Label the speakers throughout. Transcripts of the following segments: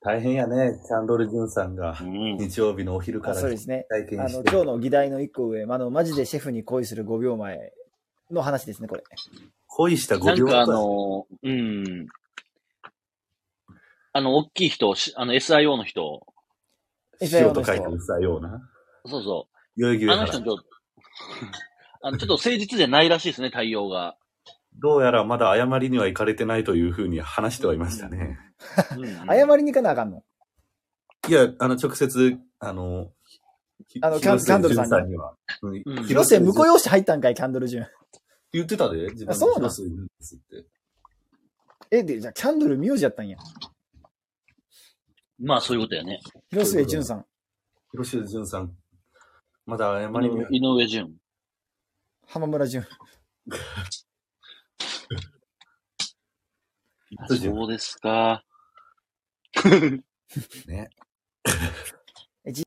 Speaker 1: 大変やね、キャンドル・ジュンさんが
Speaker 2: うん。
Speaker 1: 日曜日のお昼か
Speaker 3: あ
Speaker 1: ら
Speaker 3: そうですね。
Speaker 1: 体験
Speaker 3: あの、
Speaker 1: して
Speaker 3: 今日の議題の一個上、あの、マジでシェフに恋する5秒前の話ですね、これ。
Speaker 1: 恋した
Speaker 2: な
Speaker 1: 5
Speaker 2: ん
Speaker 1: 秒
Speaker 2: かあ
Speaker 1: 前。
Speaker 2: の、うん。あの、大きい人、しあの、SIO の人、
Speaker 1: 塩と書いてるさような。
Speaker 2: そうそ
Speaker 1: 代々木
Speaker 2: う。
Speaker 1: 上
Speaker 2: あの人
Speaker 1: 原
Speaker 2: ちょっと、 あの、ちょっと誠実じゃないらしいですね、対応が。
Speaker 1: どうやらまだ謝りには行かれてないというふうに話してはいましたね。
Speaker 2: うん
Speaker 3: 謝りに行かなあかんの。
Speaker 1: いや、あの、直接、あの、ひ
Speaker 3: あのキャン
Speaker 1: 広瀬
Speaker 3: キャンドルさんに
Speaker 1: 淳には。うん
Speaker 2: うん
Speaker 3: 広瀬婿
Speaker 1: 淳
Speaker 3: 養子入ったんかい、キャンドルジュン。
Speaker 1: 言ってたで、自分
Speaker 3: あそうなの
Speaker 1: 広瀬淳ですって。
Speaker 3: え、で、じゃあキャンドル名字やったんや。
Speaker 2: まあ、そういうことやね。
Speaker 3: 広末淳さん。
Speaker 1: 広瀬淳さん、まだ謝
Speaker 2: あ
Speaker 1: りに
Speaker 2: の
Speaker 1: は。
Speaker 2: 井上淳。
Speaker 3: 浜村淳。
Speaker 2: あ
Speaker 1: そうですよ
Speaker 2: そうですか。
Speaker 1: ね
Speaker 3: えじ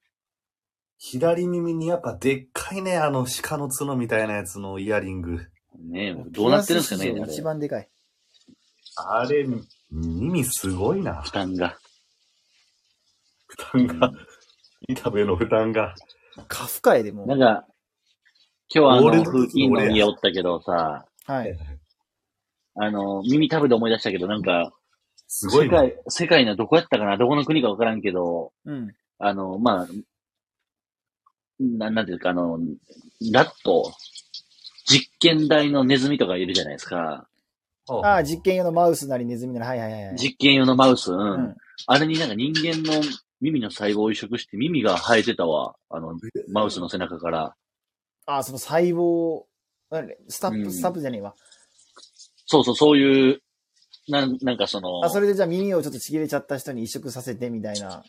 Speaker 1: 左耳にやっぱでっかいね、あの鹿の角みたいなやつのイヤリング。
Speaker 2: ねえ、どうなってるんですかね、
Speaker 3: ピ
Speaker 2: あ
Speaker 3: アス史上
Speaker 2: れ
Speaker 3: 一番でかい。
Speaker 1: あれ、耳すごいな。
Speaker 2: 負担が。
Speaker 1: 負担が。板部の負担が。
Speaker 3: カフカやでも
Speaker 2: なんか、今日はあ
Speaker 1: オール
Speaker 2: の、
Speaker 1: ド
Speaker 2: 風紀委員の家おったけどさ、
Speaker 3: う。はい。
Speaker 2: あの、耳たぶで思い出したけど、なんか、
Speaker 1: すご
Speaker 2: 世
Speaker 1: いな。
Speaker 2: 界、世界のどこやったかな、どこの国かわからんけど、
Speaker 3: うん。
Speaker 2: あの、まあ、ななんていうか、あの、ラット、実験台のネズミとかいるじゃないですか。
Speaker 3: ああ、実験用のマウスなりネズミなり、はいはいはいはい。
Speaker 2: 実験用のマウス、うん。
Speaker 3: うん
Speaker 2: あれになんか人間の耳の細胞を移植して耳が生えてたわ。あの、マウスの背中から。
Speaker 3: ああ、その細胞、あれスタッ
Speaker 2: う
Speaker 3: プ、
Speaker 2: ん
Speaker 3: スタップじゃねえわ。
Speaker 2: そうそう、そういう、なん、なんかその、
Speaker 3: あ、それでじゃあ耳をちょっとちぎれちゃった人に移植させてみたいな。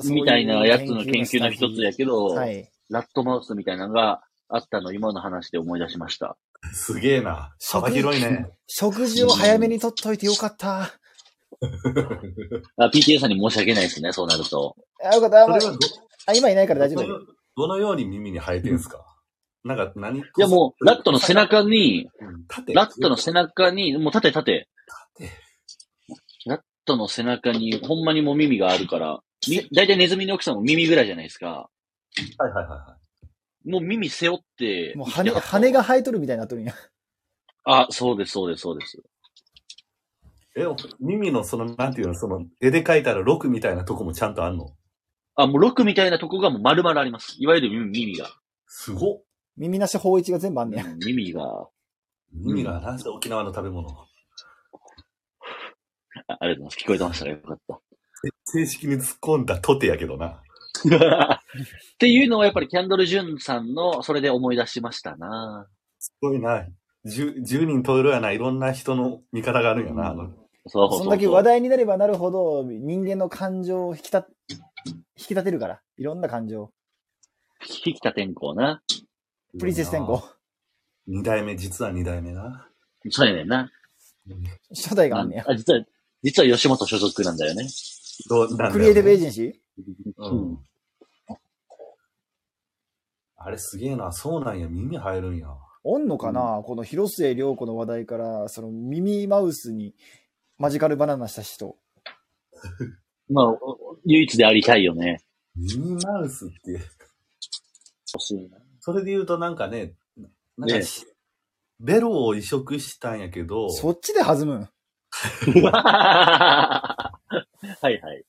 Speaker 3: そうう
Speaker 2: みたいなやつの研究の一つやけど、
Speaker 3: はい。
Speaker 2: ラットマウスみたいなのがあったの今の話で思い出しました。
Speaker 1: すげえな。幅広いね。
Speaker 3: 食事を早めにとっといてよかった。
Speaker 2: あ、PTA さんに申し訳ないですね、そうなると。
Speaker 3: あ、よかった。あ
Speaker 1: それは
Speaker 3: まあ
Speaker 1: ど
Speaker 3: あ今いないから大丈夫だ
Speaker 1: ど
Speaker 3: よ。
Speaker 1: のどのように耳に生えてんすかなんか何い
Speaker 2: いやもう、ラットの背中に、
Speaker 1: 縦
Speaker 2: ラットの背中に、もう縦縦。
Speaker 1: 縦
Speaker 2: ラットの背中に、ほんまにもう耳があるから、みだいたいネズミの大きさも耳ぐらいじゃないですか。
Speaker 1: はいはいはいはい。
Speaker 2: もう耳背負って。
Speaker 3: もう羽、羽。が生えとるみたいになっとるんや。
Speaker 2: あ、そうです、そうです、そうです。
Speaker 1: え、耳のその、なんていうの、その、絵で描いたら6みたいなとこもちゃんとあんの
Speaker 2: あ、もう6みたいなとこがもう丸々あります。いわゆる耳耳が。
Speaker 1: すごっ
Speaker 3: 耳なし法一が全部あんねや。
Speaker 2: うん耳が。
Speaker 1: 耳が、なんで沖縄の食べ物
Speaker 2: あありがとうございます。聞こえてましたね。よかった。
Speaker 1: 正式に突っ込んだとてやけどな。
Speaker 2: っていうのはやっぱりキャンドル・ジュンさんのそれで思い出しましたな。
Speaker 1: すごいな。十十人十色やな。いろんな人の見方があるんやな。
Speaker 2: うんそうそうそう
Speaker 3: そんだけ話題になればなるほど、人間の感情を引きた引き立てるから。いろんな感情。
Speaker 2: 引きた天候な。
Speaker 3: プリンセス天
Speaker 1: 候
Speaker 3: 候。
Speaker 1: 二代目、実は二代目な。
Speaker 2: そうやねんな。
Speaker 3: 初代があ
Speaker 2: なん
Speaker 3: ねや。
Speaker 2: あ実は、実は吉本所属なんだよね。
Speaker 1: どうなんだろうね
Speaker 3: クリエイティブエージェンシー
Speaker 1: うん。あれすげえな。そうなんや。耳入るんや。
Speaker 3: おんのかな、この広末涼子の話題から、その耳マウスにマジカルバナナした人。
Speaker 2: まあ、お唯一でありたいよね。
Speaker 1: 耳マウスって。
Speaker 2: 欲しいな。
Speaker 1: それで言うとなんかね、なんか
Speaker 2: ね
Speaker 1: し、ベロを移植したんやけど、
Speaker 3: そっちで弾むん。
Speaker 2: はいはい。